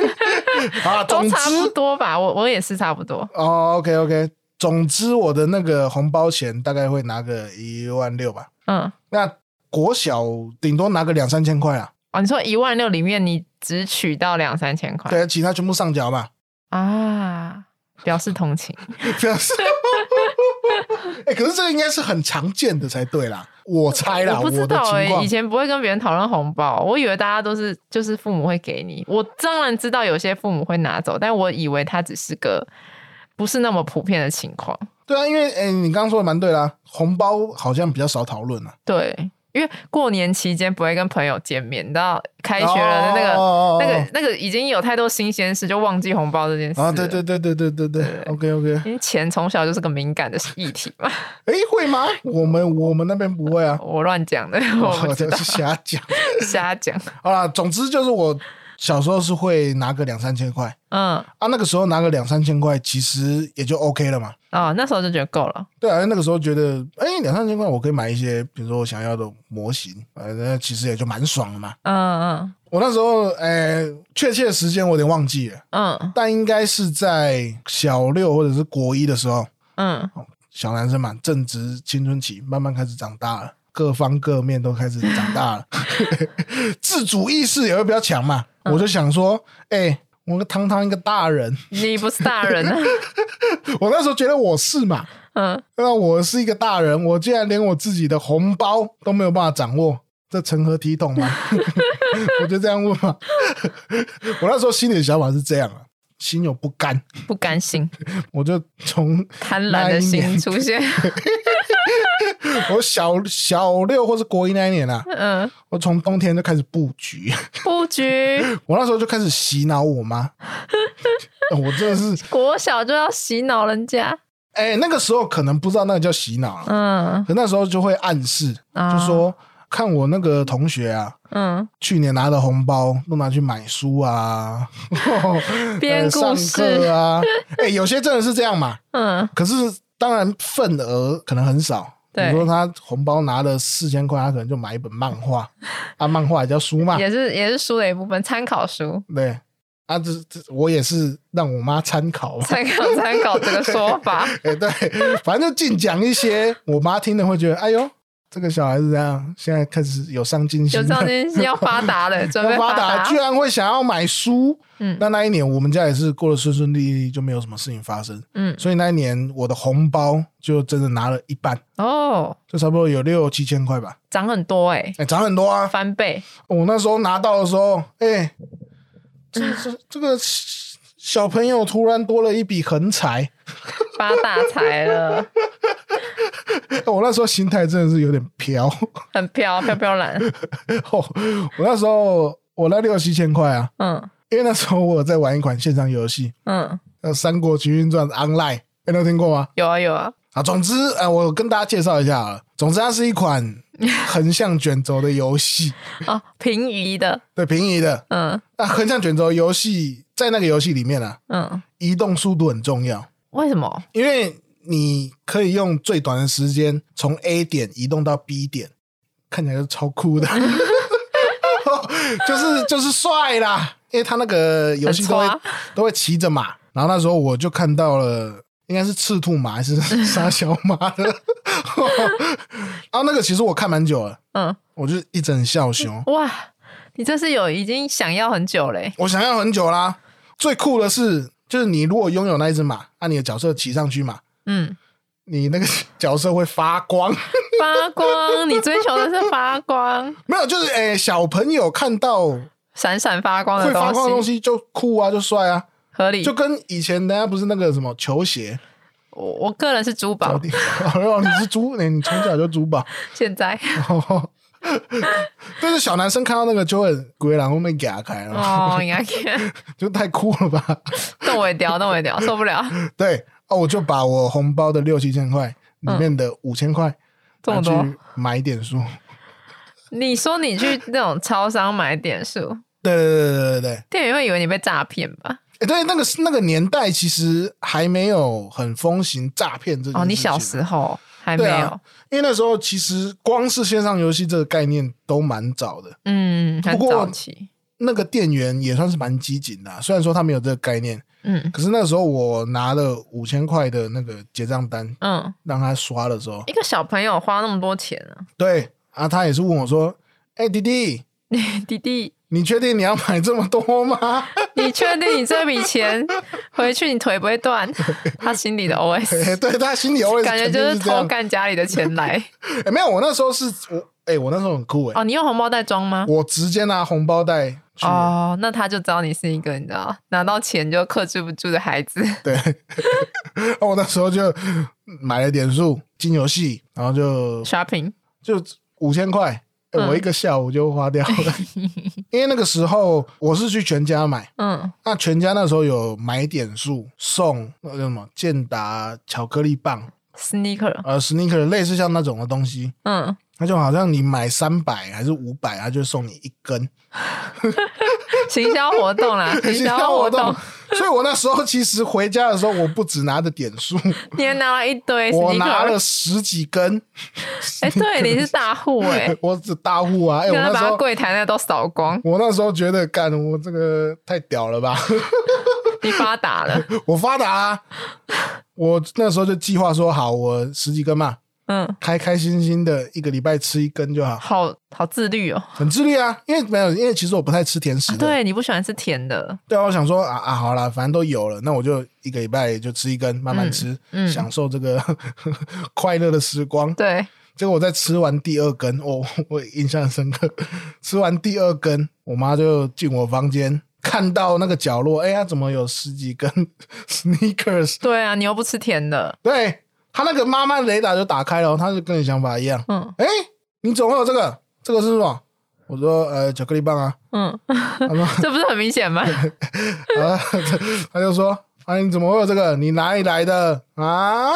Speaker 2: 啊，
Speaker 1: 都
Speaker 2: 总
Speaker 1: 差不
Speaker 2: 之
Speaker 1: 多吧，我我也是差不多。
Speaker 2: 哦，OK OK，总之我的那个红包钱大概会拿个一万六吧。
Speaker 1: 嗯，
Speaker 2: 那国小顶多拿个两三千块啊，
Speaker 1: 哦，你说一万六里面你只取到两三千块，
Speaker 2: 对，其他全部上缴嘛。
Speaker 1: 啊，表示同 情。
Speaker 2: 表示，哎、可是这个应该是很常见的才对啦，我猜啦，
Speaker 1: 我不
Speaker 2: 我
Speaker 1: 知道
Speaker 2: 的情
Speaker 1: 哎、
Speaker 2: 况
Speaker 1: 以前不会跟别人讨论红包，我以为大家都是就是父母会给你。我当然知道有些父母会拿走，但我以为它只是个不是那么普遍的情况。
Speaker 2: 对啊，因为哎、你刚刚说的蛮对啦，红包好像比较少讨论啊。
Speaker 1: 对，因为过年期间不会跟朋友见面，你知道开学了那个、
Speaker 2: 哦
Speaker 1: 那个那个已经有太多新鲜事，就忘记红包这件事了。
Speaker 2: 啊，对对对对对对对，OK OK，
Speaker 1: 因为钱从小就是个敏感的议题嘛，
Speaker 2: 哎、会吗？我们我们那边不会啊，
Speaker 1: 我乱讲的，我不知
Speaker 2: 这
Speaker 1: 道，
Speaker 2: 哦是瞎讲。
Speaker 1: 瞎讲。
Speaker 2: 好啦，总之就是我小时候是会拿个两三千块
Speaker 1: 嗯，
Speaker 2: 啊，那个时候拿个两三千块其实也就 OK 了嘛。
Speaker 1: 哦，那时候就觉得够了。
Speaker 2: 对啊，那个时候觉得，哎、两三千块我可以买一些，比如说我想要的模型，呃，那其实也就蛮爽的嘛。
Speaker 1: 嗯
Speaker 2: 我那时候，呃，确切时间我有点忘记了，
Speaker 1: 嗯
Speaker 2: 但应该是在小六或者是国一的时候，
Speaker 1: 嗯
Speaker 2: 小男生嘛，正值青春期，慢慢开始长大了，各方各面都开始长大了， 自主意识也会比较强嘛。我就想说，哎、我堂堂一个大人，
Speaker 1: 嗯，你不是大人 啊？
Speaker 2: 我那时候觉得我是嘛，
Speaker 1: 嗯，
Speaker 2: 那我是一个大人，我竟然连我自己的红包都没有办法掌握，这成何体统吗？ 我就这样问嘛。 我那时候心里的想法是这样啊，心有不甘，
Speaker 1: 不甘心，
Speaker 2: 我就从
Speaker 1: 贪婪的
Speaker 2: 那一
Speaker 1: 心
Speaker 2: 年
Speaker 1: 出现。
Speaker 2: 我小小六或是国一那一年啊，
Speaker 1: 嗯，
Speaker 2: 我从冬天就开始布局，
Speaker 1: 布局
Speaker 2: 我那时候就开始洗脑 我妈。我真的是，
Speaker 1: 国小就要洗脑人家。
Speaker 2: 哎、那个时候可能不知道那个叫洗脑了，
Speaker 1: 嗯
Speaker 2: 可那时候就会暗示，
Speaker 1: 啊
Speaker 2: 就说看我那个同学啊，
Speaker 1: 嗯，
Speaker 2: 去年拿的红包都拿去买书 啊，
Speaker 1: 编
Speaker 2: 呃
Speaker 1: 故
Speaker 2: 上
Speaker 1: 事
Speaker 2: 课 啊啊，哎、有些真的是这样嘛。
Speaker 1: 嗯，
Speaker 2: 可是当然份额可能很少，
Speaker 1: 对
Speaker 2: 你说他红包拿了四千块，他可能就买一本漫画，啊，漫画也叫书嘛，
Speaker 1: 也是也是书的一部分，参考书，
Speaker 2: 对，啊，这这我也是让我妈参 考嘛，
Speaker 1: 参考参考这个说 法。
Speaker 2: 哎、对，反正就尽讲一些，我妈听了会觉得，哎呦，这个小孩子这样，现在开始有上进心
Speaker 1: 有
Speaker 2: 了，
Speaker 1: 上进心要发达 了，准备
Speaker 2: 要发达，
Speaker 1: 达
Speaker 2: 居。然会想要买书。
Speaker 1: 嗯
Speaker 2: 那那一年我们家也是过得顺顺利利，就没有什么事情发生。
Speaker 1: 嗯，
Speaker 2: 所以那一年我的红包就真的拿了一半，
Speaker 1: 哦，
Speaker 2: 就差不多有六七千块吧，
Speaker 1: 涨很多哎、
Speaker 2: 哎、涨很多啊！
Speaker 1: 翻 倍。
Speaker 2: 我那时候拿到的时候，哎、这这这个小朋友突然多了一笔横财，
Speaker 1: 发大财了，
Speaker 2: 我那时候心态真的是有点飘。
Speaker 1: 很飘飘飘然。
Speaker 2: 我那时候我那六七千块啊，
Speaker 1: 嗯
Speaker 2: 因为那时候我有在玩一款线上游戏，
Speaker 1: 嗯，
Speaker 2: 呃，《三国群英传 Online》，有没有听过吗？
Speaker 1: 有啊有啊，
Speaker 2: 啊，总之，呃，我跟大家介绍一下好了。总之，它是一款横向卷轴的游戏，
Speaker 1: 哦，平移的，
Speaker 2: 对，平移的。
Speaker 1: 嗯
Speaker 2: 那横向卷轴游戏在那个游戏里面啊，
Speaker 1: 嗯，
Speaker 2: 移动速度很重要，
Speaker 1: 为什么？
Speaker 2: 因为你可以用最短的时间从 A 点移动到 B 点，看起来就超酷的，就是就是帅啦。因为他那个游戏都
Speaker 1: 很
Speaker 2: 会
Speaker 1: 抓
Speaker 2: 都会骑着马，然后那时候我就看到了，应该是赤兔马还是杀小马的， 然后那个其实我看蛮久了，
Speaker 1: 嗯，
Speaker 2: 我就一整笑熊，
Speaker 1: 哇，你这是有已经想要很久嘞、
Speaker 2: 我想要很久啦。最酷的是，就是你如果拥有那一只马，按、你的角色骑上去嘛，
Speaker 1: 嗯，
Speaker 2: 你那个角色会发光。
Speaker 1: 发光，你追求的是发光，
Speaker 2: 没有，就是诶、小朋友看到会
Speaker 1: 闪闪发光的
Speaker 2: 发光的东
Speaker 1: 哦东西，
Speaker 2: 西就酷啊，就帅啊，
Speaker 1: 合理
Speaker 2: 就。跟以前人家不是那个什么球鞋，
Speaker 1: 我我个人是珠
Speaker 2: 搞
Speaker 1: 宝，
Speaker 2: 定。哦，你是珠，你你从小就 珠宝。
Speaker 1: 现 在
Speaker 2: 但是小男生看到那个就很鬼然后被给开了，
Speaker 1: 哦，你看，
Speaker 2: 就太酷了吧？
Speaker 1: 动我一条，动我一条，受不 了，
Speaker 2: 对哦，我就把我红包的六七千块里面的五千块。
Speaker 1: 嗯这么
Speaker 2: 拿
Speaker 1: 多。
Speaker 2: 去买点数。
Speaker 1: 你说你去那种超商买点数，
Speaker 2: 对对对对对对，哎、
Speaker 1: 店员会以为你被诈骗吧？
Speaker 2: 对那个那个年代其实还没有很风行诈骗这件事情啊
Speaker 1: 哦，你小时候还没
Speaker 2: 对
Speaker 1: 有，
Speaker 2: 啊因为那时候其实光是线上游戏这个概念都蛮早的，
Speaker 1: 嗯，很
Speaker 2: 不过
Speaker 1: 早期，
Speaker 2: 那个店员也算是蛮机警的啊、虽然说他没有这个概念，
Speaker 1: 嗯
Speaker 2: 可是那时候我拿了五千块的那个结账单
Speaker 1: 嗯，
Speaker 2: 让他刷的时候，
Speaker 1: 一个小朋友花那么多钱啊，
Speaker 2: 对啊，他也是问我说：“哎、弟弟，
Speaker 1: 弟弟，
Speaker 2: 你确定你要买这么多吗？”
Speaker 1: 你确定你这笔钱回去你腿不会 断？他心里的 OS
Speaker 2: 对他心里 always
Speaker 1: 感觉
Speaker 2: 肯
Speaker 1: 就
Speaker 2: 定
Speaker 1: 是
Speaker 2: 是这样
Speaker 1: 偷干家里的钱 来。
Speaker 2: 欸，没有，我那时候是我，哎、我那时候很酷哎、
Speaker 1: 哦，你用红包袋装吗？
Speaker 2: 我直接拿红包袋去，
Speaker 1: 哦，那他就知道你是一个你知道拿到钱就克制不住的孩子。
Speaker 2: 对，我那时候就买了点数进游戏，然后就
Speaker 1: shopping，
Speaker 2: 就五千块，欸
Speaker 1: 嗯
Speaker 2: 我一个下午就花 掉了，因为那个时候我是去全家买，
Speaker 1: 嗯
Speaker 2: 那全家那时候有买点数送那个叫什么健达巧克力棒，
Speaker 1: ，sneaker，
Speaker 2: 呃，sneaker 类似像那种的东西。
Speaker 1: 嗯，
Speaker 2: 那就好像你买三百还是五百，他就送你一根，
Speaker 1: 行销活动 啦，行销活动，。
Speaker 2: 所以我那时候其实回家的时候，我不只拿着点 数，
Speaker 1: 你还拿了一堆
Speaker 2: 我拿
Speaker 1: 哎 sneaker，
Speaker 2: 了十几 根。
Speaker 1: 哎，对，你是大 户哎，
Speaker 2: 我只大户啊！哎、
Speaker 1: 你
Speaker 2: 我
Speaker 1: 能
Speaker 2: 那
Speaker 1: 把
Speaker 2: 时
Speaker 1: 他
Speaker 2: 候
Speaker 1: 柜台那都扫光，
Speaker 2: 我那时候觉得，干我这个太屌了吧！
Speaker 1: 你发达了，
Speaker 2: 我发达、啊，我那时候就计划说，好，我十几根嘛，
Speaker 1: 嗯，
Speaker 2: 开开心心的一个礼拜吃一根就好，
Speaker 1: 好好自律哦。
Speaker 2: 很自律啊。因为没有，因为其实我不太吃甜食的。
Speaker 1: 对你不喜欢吃甜的，
Speaker 2: 对啊，我想说啊啊，好啦，反正都有了，那我就一个礼拜就吃一根，慢慢吃，
Speaker 1: 嗯嗯
Speaker 2: 享受这个 快乐的时光。
Speaker 1: 对，
Speaker 2: 结果我在吃完第二根，我、我印象深刻，吃完第二根，我妈就进我房间，看到那个角落，哎呀，怎么有十几根 sneakers？
Speaker 1: 对啊，你又不吃甜的，
Speaker 2: 对，她那个妈妈雷达就打开了，她就跟你想法一样，
Speaker 1: 嗯
Speaker 2: 哎，你怎么会有这个？这个是什么？我说呃，巧克力棒啊。
Speaker 1: 嗯，
Speaker 2: 她说
Speaker 1: 这不是很明显 吗？
Speaker 2: 啊，他就说：“啊，你怎么会有这个？你哪里来的啊？”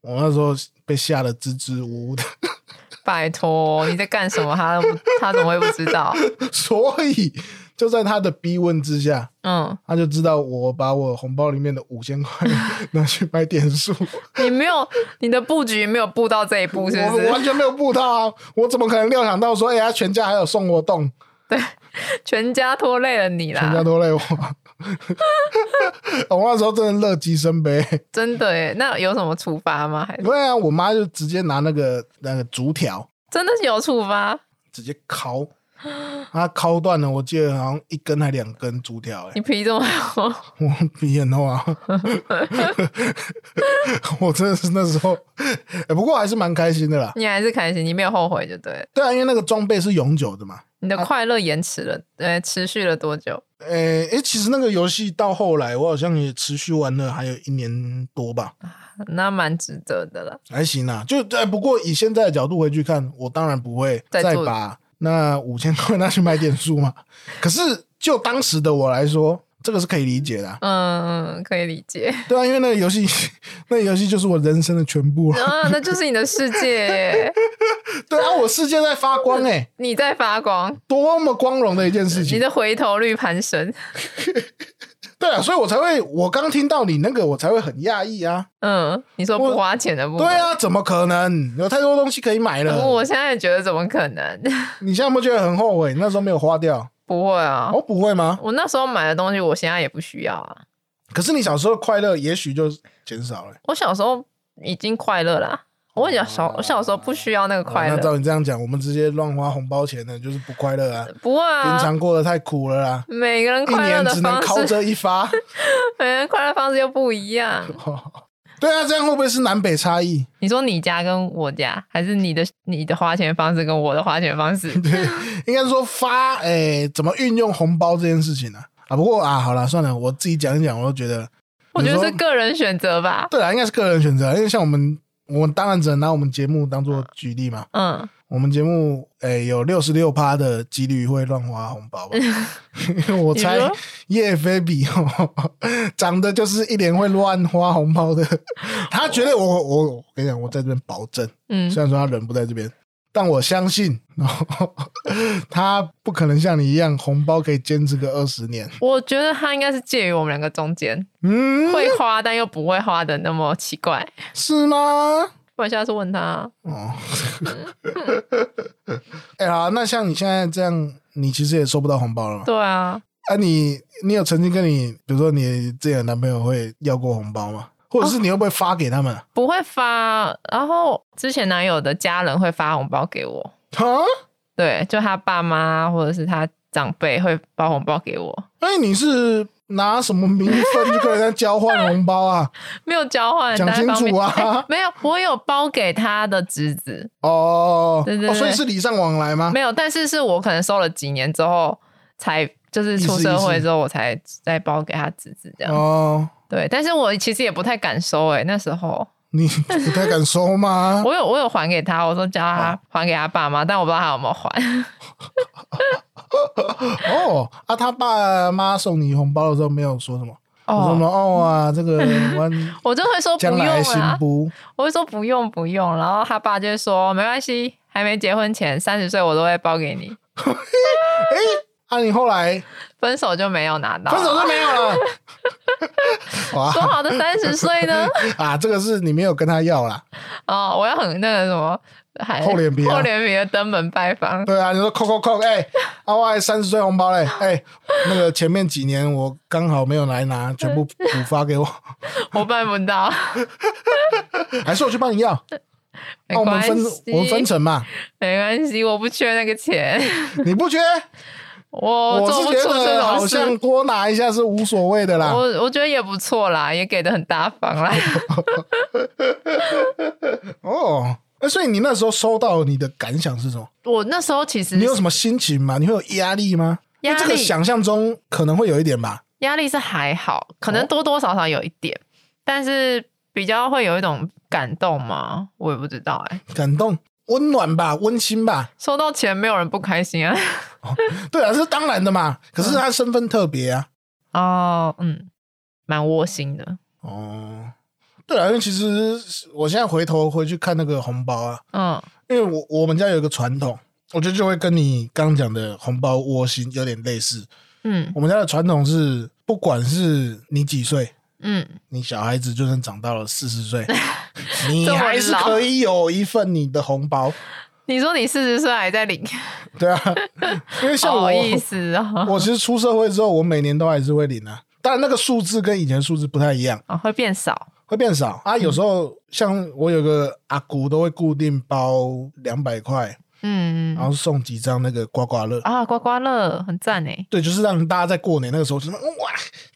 Speaker 2: 我那时候被吓得支支吾吾的，
Speaker 1: 拜托，你在干什么？他他怎么会不知道？
Speaker 2: 所以就在他的逼问之下，
Speaker 1: 嗯，
Speaker 2: 他就知道我把我红包里面的五千块拿去买点数，
Speaker 1: 你没有你的布局没有布到这一步，是不
Speaker 2: 我
Speaker 1: 是？
Speaker 2: 完全没有布到啊！我怎么可能料想到说，哎、呀，全家还有送活动，
Speaker 1: 全家拖累了你
Speaker 2: 全家
Speaker 1: 啦，
Speaker 2: 都累我。 我那时候真的乐极生悲。
Speaker 1: 真的耶！那有什么处罚吗？还是
Speaker 2: 对啊，我妈就直接拿那个那个竹条
Speaker 1: 真的是有处罚？
Speaker 2: 直接敲，她敲断了，我记得好像一根还两根竹条、欸，
Speaker 1: 你皮这么厚，
Speaker 2: 我鼻炎的话， 我真的是那时候，欸不过还是蛮开心的啦。
Speaker 1: 你还是开心，你没有后悔就对了。
Speaker 2: 对啊，因为那个装备是永久的嘛。
Speaker 1: 你的快乐延迟了，呃，持续了多久？
Speaker 2: 呃、诶、其实那个游戏到后来，我好像也持续玩了，还有一年多吧，
Speaker 1: 那蛮值得的了。
Speaker 2: 还行啦。就呃、不过以现在的角度回去看，我当然不会
Speaker 1: 再
Speaker 2: 再
Speaker 1: 做
Speaker 2: 把那五千块拿去买点书嘛。 可是就当时的我来说，这个是可以理解的啊、
Speaker 1: 嗯，可以理解。
Speaker 2: 对啊，因为那个游戏， 那个游戏就是我人生的全部 了。
Speaker 1: 啊，那就是你的世界耶，
Speaker 2: 对啊，我世界在发光哎、
Speaker 1: 你在发光，
Speaker 2: 多么光荣的一件事
Speaker 1: 你
Speaker 2: 情。
Speaker 1: 的回头率攀升。
Speaker 2: 对啊，所以我才会，我刚听到你那个，我才会很讶异啊。
Speaker 1: 嗯，你说不
Speaker 2: 我
Speaker 1: 花钱的部分，
Speaker 2: 对啊，怎么可能？有太多东西可以买了。
Speaker 1: 我现在也觉得怎么可能？
Speaker 2: 你现在有没有觉得很后悔？你那时候没有花掉？
Speaker 1: 不会啊，
Speaker 2: 哦，不会吗？
Speaker 1: 我那时候买的东西，我现在也不需要啊。
Speaker 2: 可是你小时候的快乐也许就减少了、
Speaker 1: 我小时候已经快乐啦，我小小我小时候不需要那个快
Speaker 2: 哦那
Speaker 1: 乐，
Speaker 2: 照你这样讲，我们直接乱花红包钱的，就是不快乐啊。
Speaker 1: 不会
Speaker 2: 平
Speaker 1: 啊。
Speaker 2: 常过得太苦了啦，
Speaker 1: 每个人
Speaker 2: 一
Speaker 1: 快乐
Speaker 2: 年
Speaker 1: 的
Speaker 2: 只能
Speaker 1: 方
Speaker 2: 靠
Speaker 1: 式，
Speaker 2: 这一发。
Speaker 1: 每个人快乐方式又不一样。
Speaker 2: 对啊，这样会不会是南北差异？
Speaker 1: 你说你家跟我家，还是你的你的花钱方式跟我的花钱方式？
Speaker 2: 应该说发，诶，怎么运用红包这件事情呢、啊？啊，不过啊，好了，算了，我自己讲一讲，我都觉得，
Speaker 1: 我觉得是
Speaker 2: 你说
Speaker 1: 个人选择吧。
Speaker 2: 对啊，应该是个人选择，因为像我们，我们当然只能拿我们节目当做举例嘛。
Speaker 1: 嗯，
Speaker 2: 我们节目诶、有六十六趴的几率会乱花红包吧？ 我
Speaker 1: 你
Speaker 2: 猜
Speaker 1: 说
Speaker 2: 叶菲比哦， 长得就是一脸会乱花红包的。他觉得我我我跟你讲，我在这边保证，
Speaker 1: 嗯
Speaker 2: 虽然说他人不在这边，但我相信、 他不可能像你一样红包可以坚持个二十年。
Speaker 1: 我觉得他应该是介于我们两个中间，
Speaker 2: 嗯，
Speaker 1: 会花但又不会花的那么奇怪。
Speaker 2: 是吗？
Speaker 1: 不然下次问他，
Speaker 2: 哦，
Speaker 1: 嗯
Speaker 2: 哎呀，那像你现在这样，你其实也收不到红包了嘛。
Speaker 1: 对啊，
Speaker 2: 啊你，你有曾经跟你，比如说你自己的男朋友会要过红包吗？或
Speaker 1: 哦
Speaker 2: 者是你会不会发给他们？啊，
Speaker 1: 不会发。然后之前男友的家人会发红包给我，对，就他爸妈或者是他长辈会包红包给我，
Speaker 2: 哎、你是拿什么名分去跟人家交换红包啊？
Speaker 1: 没有交换，
Speaker 2: 讲
Speaker 1: 大家
Speaker 2: 清
Speaker 1: 方便
Speaker 2: 楚啊！
Speaker 1: 没有，我有包给他的侄子，
Speaker 2: 哦，
Speaker 1: 对对
Speaker 2: 哦，
Speaker 1: 对
Speaker 2: 所以是礼尚往来吗？
Speaker 1: 没有，但是是我可能收了几年之后才。就是
Speaker 2: 意
Speaker 1: 出
Speaker 2: 思
Speaker 1: 社
Speaker 2: 意
Speaker 1: 会
Speaker 2: 思
Speaker 1: 之后，我才再包给他侄子这样。
Speaker 2: 哦，
Speaker 1: 对，但是我其实也不太敢收哎、那时候
Speaker 2: 你不太敢收吗？
Speaker 1: 我有我有还给他，我说叫他
Speaker 2: 哦
Speaker 1: 还给他爸妈，但我不知道他有没有还。
Speaker 2: 哦，啊，他爸妈送你红包的时候没有说什么？我说什么？
Speaker 1: 哦，
Speaker 2: 哦啊，这个 我
Speaker 1: 我就会说不
Speaker 2: 将
Speaker 1: 用啊
Speaker 2: 来行
Speaker 1: 啦，
Speaker 2: 不？
Speaker 1: 我会说不用不用，然后他爸就会说没关系，还没结婚前三十岁我都会包给你，
Speaker 2: 啊，你后来
Speaker 1: 分手就没有拿到，
Speaker 2: 分手就没有 了？哇
Speaker 1: 说好的三十岁 呢？
Speaker 2: 啊，这个是你没有跟他要啦。
Speaker 1: 哦，我要很那个什么，还
Speaker 2: 厚脸皮啊
Speaker 1: 厚脸皮的登门拜访，
Speaker 2: 对啊，你说扣扣扣，哎、啊，我还三十岁红包嘞，哎、那个前面几年我刚好没有来拿，全部补
Speaker 1: 嗯
Speaker 2: 发给我，
Speaker 1: 我办不 到，
Speaker 2: 还是我去帮你要？啊
Speaker 1: 没
Speaker 2: 哦那我们
Speaker 1: 关系
Speaker 2: 分，我们分成嘛，
Speaker 1: 没关系，我不缺那个钱，
Speaker 2: 你不觉得？
Speaker 1: 我
Speaker 2: 我
Speaker 1: 做
Speaker 2: 是
Speaker 1: 不
Speaker 2: 觉
Speaker 1: 出这
Speaker 2: 得
Speaker 1: 种
Speaker 2: 好
Speaker 1: 事。
Speaker 2: 像啊多拿一下是无所谓的啦。
Speaker 1: 我我觉得也不错啦，也给的很大方啦。
Speaker 2: 哦，那所以你那时候收到你的感想是什么？
Speaker 1: 我那时候其实
Speaker 2: 你有什么心情吗？你会有压力吗？因为这
Speaker 1: 压
Speaker 2: 个
Speaker 1: 力
Speaker 2: 想象中可能会有一点吧。
Speaker 1: 压力是还好，可
Speaker 2: 哦
Speaker 1: 能多多少少有一点，但是比较会有一种感动嘛，我也不知道哎、
Speaker 2: 感动、温暖吧、温馨吧，
Speaker 1: 收到钱没有人不开心啊。
Speaker 2: 对啊，这是当然的嘛。可
Speaker 1: 嗯
Speaker 2: 是他身份特别啊。
Speaker 1: 哦，嗯，蛮窝心的。
Speaker 2: 哦，对啊，因为其实我现在回头回去看那个红包啊，
Speaker 1: 嗯
Speaker 2: 因为我我们家有一个传统，我觉得就会跟你刚讲的红包窝心有点类似，
Speaker 1: 嗯
Speaker 2: 我们家的传统是，不管是你几岁，
Speaker 1: 嗯，
Speaker 2: 你小孩子就算长到了四 十岁，你
Speaker 1: 这么
Speaker 2: 还是
Speaker 1: 老
Speaker 2: 可以有一份你的红包。
Speaker 1: 你说你四十岁还在领，
Speaker 2: 对啊，因为像我
Speaker 1: 好，意思哦，
Speaker 2: 我其实出社会之后，我每年都还是会领啊。当然，那个数字跟以前数字不太一样，
Speaker 1: 哦会变少，
Speaker 2: 会变少
Speaker 1: 嗯
Speaker 2: 啊。有时候像我有个阿姑，都会固定包两百块，
Speaker 1: 嗯
Speaker 2: 然后送几张那个刮刮乐。
Speaker 1: 啊，刮刮乐很赞欸诶，
Speaker 2: 对，就是让大家在过年那个时候，就是哇，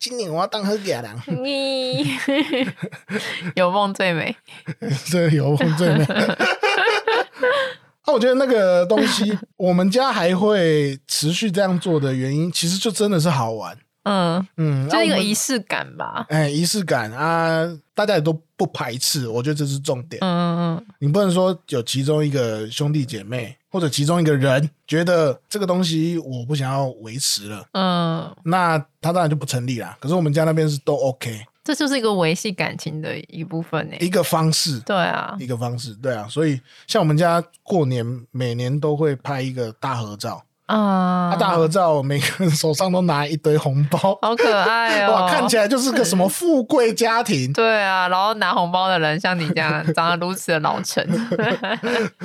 Speaker 2: 今年我要当黑假 郎，
Speaker 1: 你有梦最美，
Speaker 2: 这有风最 美。那、我觉得那个东西，我们家还会持续这样做的原因，其实就真的是好玩。
Speaker 1: 嗯，
Speaker 2: 嗯，
Speaker 1: 就是一
Speaker 2: 啊我
Speaker 1: 个
Speaker 2: 们
Speaker 1: 仪式感吧，
Speaker 2: 哎，仪式感啊，大家也都不排斥，我觉得这是重点。
Speaker 1: 嗯嗯
Speaker 2: 你不能说有其中一个兄弟姐妹或者其中一个人觉得这个东西我不想要维持了，
Speaker 1: 嗯，
Speaker 2: 那他当然就不成立啦。可是我们家那边是都 OK，
Speaker 1: 这就是一个维系感情的一部分诶，
Speaker 2: 一个方式，
Speaker 1: 对啊，
Speaker 2: 一个方式，对啊。所以像我们家过年每年都会拍一个大合照，
Speaker 1: 啊
Speaker 2: 啊，大合照每个人手上都拿一堆红包，
Speaker 1: 好可爱哦，
Speaker 2: 哇，看起来就是个什么富贵家庭。
Speaker 1: 对啊，然后拿红包的人像你这样啊长得如此的老成，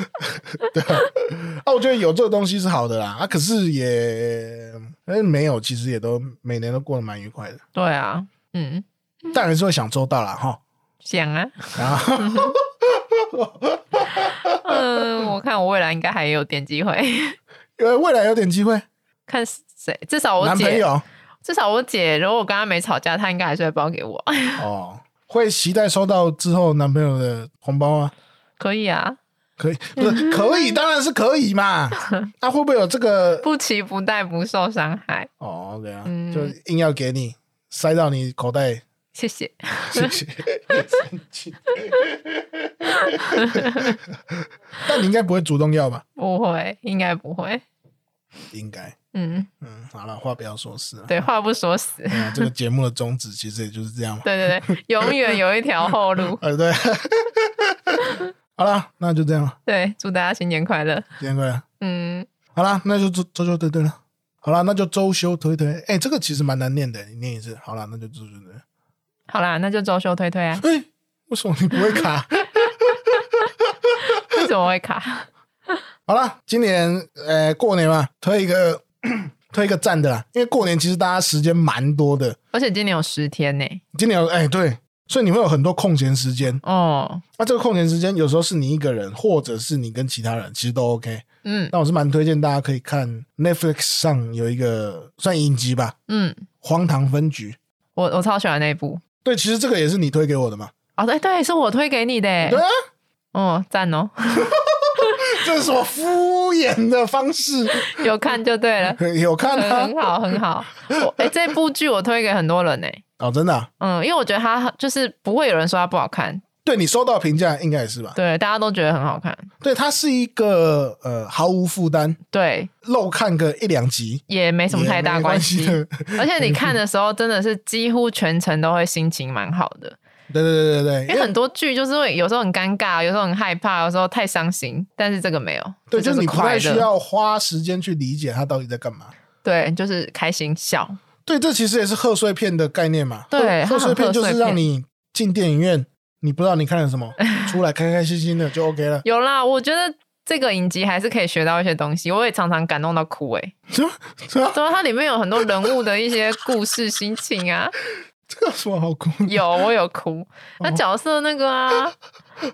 Speaker 2: 啊，我觉得有这个东西是好的啦，啊，可是也，哎，没有，其实也都每年都过得蛮愉快的，
Speaker 1: 对啊，嗯，
Speaker 2: 但还是会想周到啦，哈。
Speaker 1: 想啊，
Speaker 2: 然后，
Speaker 1: 嗯，我看我未来应该还有点机会，
Speaker 2: 因呃为未来有点机会，
Speaker 1: 看谁，至少我
Speaker 2: 男朋
Speaker 1: 姐，
Speaker 2: 友
Speaker 1: 至少我姐，如果我跟她没吵架，她应该还是会包给我，
Speaker 2: 哦，会期待收到之后男朋友的红包吗？
Speaker 1: 可以啊，
Speaker 2: 可以，不是可以，当然是可以嘛。那、会不会有这个？
Speaker 1: 不期不待，不受伤害，
Speaker 2: 哦，对啊，
Speaker 1: 嗯
Speaker 2: 就硬要给你塞到你口袋，
Speaker 1: 谢谢，
Speaker 2: 谢谢。生气但你应该不会主动要吧？
Speaker 1: 不会，应该不会，
Speaker 2: 应该，
Speaker 1: 嗯，
Speaker 2: 嗯，好了，话不要说死了。
Speaker 1: 对，话不说死，
Speaker 2: 对啊，这个节目的宗旨其实也就是这样嘛。
Speaker 1: 对对对，永远有一条后路，
Speaker 2: 呃，对， 好了，那就这样了，
Speaker 1: 对，祝大家新年快乐，
Speaker 2: 今天快乐。
Speaker 1: 嗯，
Speaker 2: 好啦，那就周周休推推了。好啦，那就周休推推。哎、这个其实蛮难念的，你念一次。好啦，那就周休推推。
Speaker 1: 好啦，那就周休推推啊，
Speaker 2: 哎、为什么你不会卡？
Speaker 1: 为什么会卡？
Speaker 2: 好啦，今年呃过年嘛，推一个 推一个赞的啦，因为过年其实大家时间蛮多的，
Speaker 1: 而且今年有十天呢、
Speaker 2: 今年有哎、对，所以你会有很多空闲时间。
Speaker 1: 哦，
Speaker 2: 那、这个空闲时间有时候是你一个人，或者是你跟其他人，其实都 OK。
Speaker 1: 嗯
Speaker 2: 那我是蛮推荐大家可以看 Netflix 上有一个算影集吧，
Speaker 1: 嗯，
Speaker 2: 《荒唐分局》。
Speaker 1: 我我超喜欢那一部。
Speaker 2: 对，其实这个也是你推给我的嘛。
Speaker 1: 哦，对对，是我推给你的欸。
Speaker 2: 对啊，
Speaker 1: 哦，赞哦，
Speaker 2: 这是什么敷衍的方式？
Speaker 1: 有看就对了，
Speaker 2: 有看
Speaker 1: 很
Speaker 2: 啊
Speaker 1: 很？好很好。我哎、这部剧我推给很多人呢、
Speaker 2: 哦，真的啊、
Speaker 1: 嗯，因为我觉得它就是不会有人说它不好看，
Speaker 2: 对你收到评价应该也是吧？
Speaker 1: 对，大家都觉得很好看，
Speaker 2: 对，它是一个呃毫无负担，
Speaker 1: 对，
Speaker 2: 漏看个一两集
Speaker 1: 也没什么
Speaker 2: 也
Speaker 1: 太大
Speaker 2: 没
Speaker 1: 关
Speaker 2: 关
Speaker 1: 系。
Speaker 2: 的
Speaker 1: 而且你看的时候，真的是几乎全程都会心情蛮好的，
Speaker 2: 对对对对
Speaker 1: 因
Speaker 2: 对，
Speaker 1: 为
Speaker 2: 因为
Speaker 1: 很多剧就是会有时候很尴尬，有时候很害怕，有时候太伤心，但是这个没有，
Speaker 2: 对，
Speaker 1: 这
Speaker 2: 就是你不
Speaker 1: 快
Speaker 2: 太需
Speaker 1: 乐，
Speaker 2: 要花时间去理解他到底在干嘛。
Speaker 1: 对，就是开心笑，
Speaker 2: 对，这其实也是贺岁片的概念嘛。
Speaker 1: 对
Speaker 2: 贺贺岁片
Speaker 1: 它很贺岁
Speaker 2: 就是
Speaker 1: 片
Speaker 2: 让你进电影院，你不知道你看 了什么，出来开开心心的就 OK 了。
Speaker 1: 有啦，我觉得这个影集还是可以学到一些东西，我也常常感动到哭诶、
Speaker 2: 什么？什么
Speaker 1: 对啊，它里面有很多人物的一些故事、心情啊，
Speaker 2: 这有什么好哭？
Speaker 1: 有我有哭。那角色那个啊，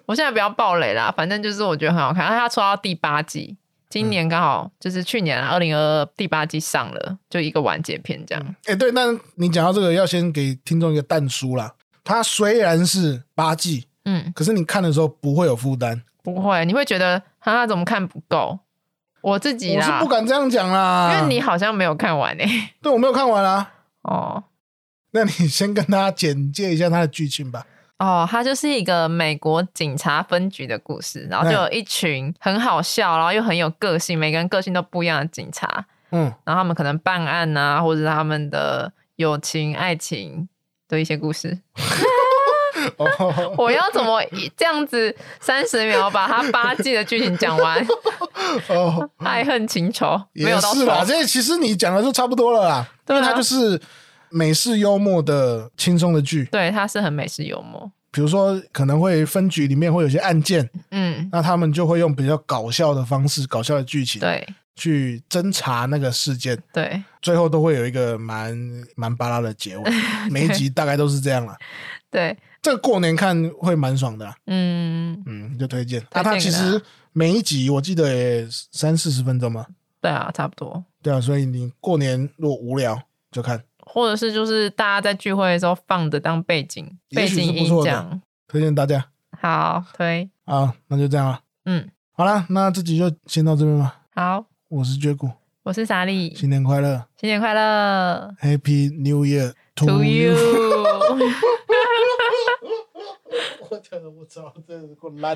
Speaker 1: 我现在不要爆雷啦，反正就是我觉得很好看。那它出到第八季，今年刚好就是去年二零二二第八季上了，就一个完结篇这样。
Speaker 2: 哎、对，那你讲到这个，要先给听众一个淡书啦。它虽然是八季，
Speaker 1: 嗯，
Speaker 2: 可是你看的时候不会有负担。
Speaker 1: 不会，你会觉得啊怎么看不够？我自己
Speaker 2: 我是
Speaker 1: 啦
Speaker 2: 不，敢这样讲啦，
Speaker 1: 啊因为你好像没有看完诶、
Speaker 2: 对我没有看完啊。
Speaker 1: 哦。
Speaker 2: 那你 先跟大家简介一下它的剧情吧。
Speaker 1: 哦，它就是一个美国警察分局的故事，然后就有一群很好笑，然后又很有个性，每个人个性都不一样的警察，
Speaker 2: 嗯，
Speaker 1: 然后他们可能办案啊，或者是他们的友情、爱情的一些故事。
Speaker 2: 哦，
Speaker 1: 我要怎么一这样子三十秒把它八季的剧情讲完？
Speaker 2: 哦
Speaker 1: 爱恨情仇没
Speaker 2: 也
Speaker 1: 有到
Speaker 2: 是啦，
Speaker 1: 仇，
Speaker 2: 这其实你讲的就差不多了啦，
Speaker 1: 对啊
Speaker 2: 因为它就是美式幽默的轻松的剧，
Speaker 1: 对，他是很美式幽默。
Speaker 2: 比如说可能会分局里面会有些案件，
Speaker 1: 嗯，
Speaker 2: 那他们就会用比较搞笑的方式、搞笑的剧情
Speaker 1: 对
Speaker 2: 去侦查那个事件，
Speaker 1: 对，
Speaker 2: 最后都会有一个蛮蛮巴拉的 结尾，每一集大概都是这样啦。
Speaker 1: 对，
Speaker 2: 这个过年看会蛮爽的啦，啊
Speaker 1: 嗯，
Speaker 2: 嗯，就推荐。
Speaker 1: 推荐
Speaker 2: 啊，它
Speaker 1: 给
Speaker 2: 其
Speaker 1: 大
Speaker 2: 实每一集我记得也三四十分钟嘛，
Speaker 1: 对啊，差不多。
Speaker 2: 对啊，所以你过年如果无聊就看，
Speaker 1: 或者是就是大家在聚会的时候放着当背景
Speaker 2: 也
Speaker 1: 背
Speaker 2: 许是
Speaker 1: 景
Speaker 2: 不
Speaker 1: 音
Speaker 2: 错的
Speaker 1: 这样。
Speaker 2: 推荐大家
Speaker 1: 好，推，
Speaker 2: 啊，那就这样了。
Speaker 1: 嗯，
Speaker 2: 好啦，那这集就先到这边吧。
Speaker 1: 好，
Speaker 2: 我是绝谷，
Speaker 1: 我是莎莉，
Speaker 2: 新年快乐
Speaker 1: 新年快乐
Speaker 2: ，Happy New Year
Speaker 1: ，To you，
Speaker 2: 我真的不知道，真的是够烂。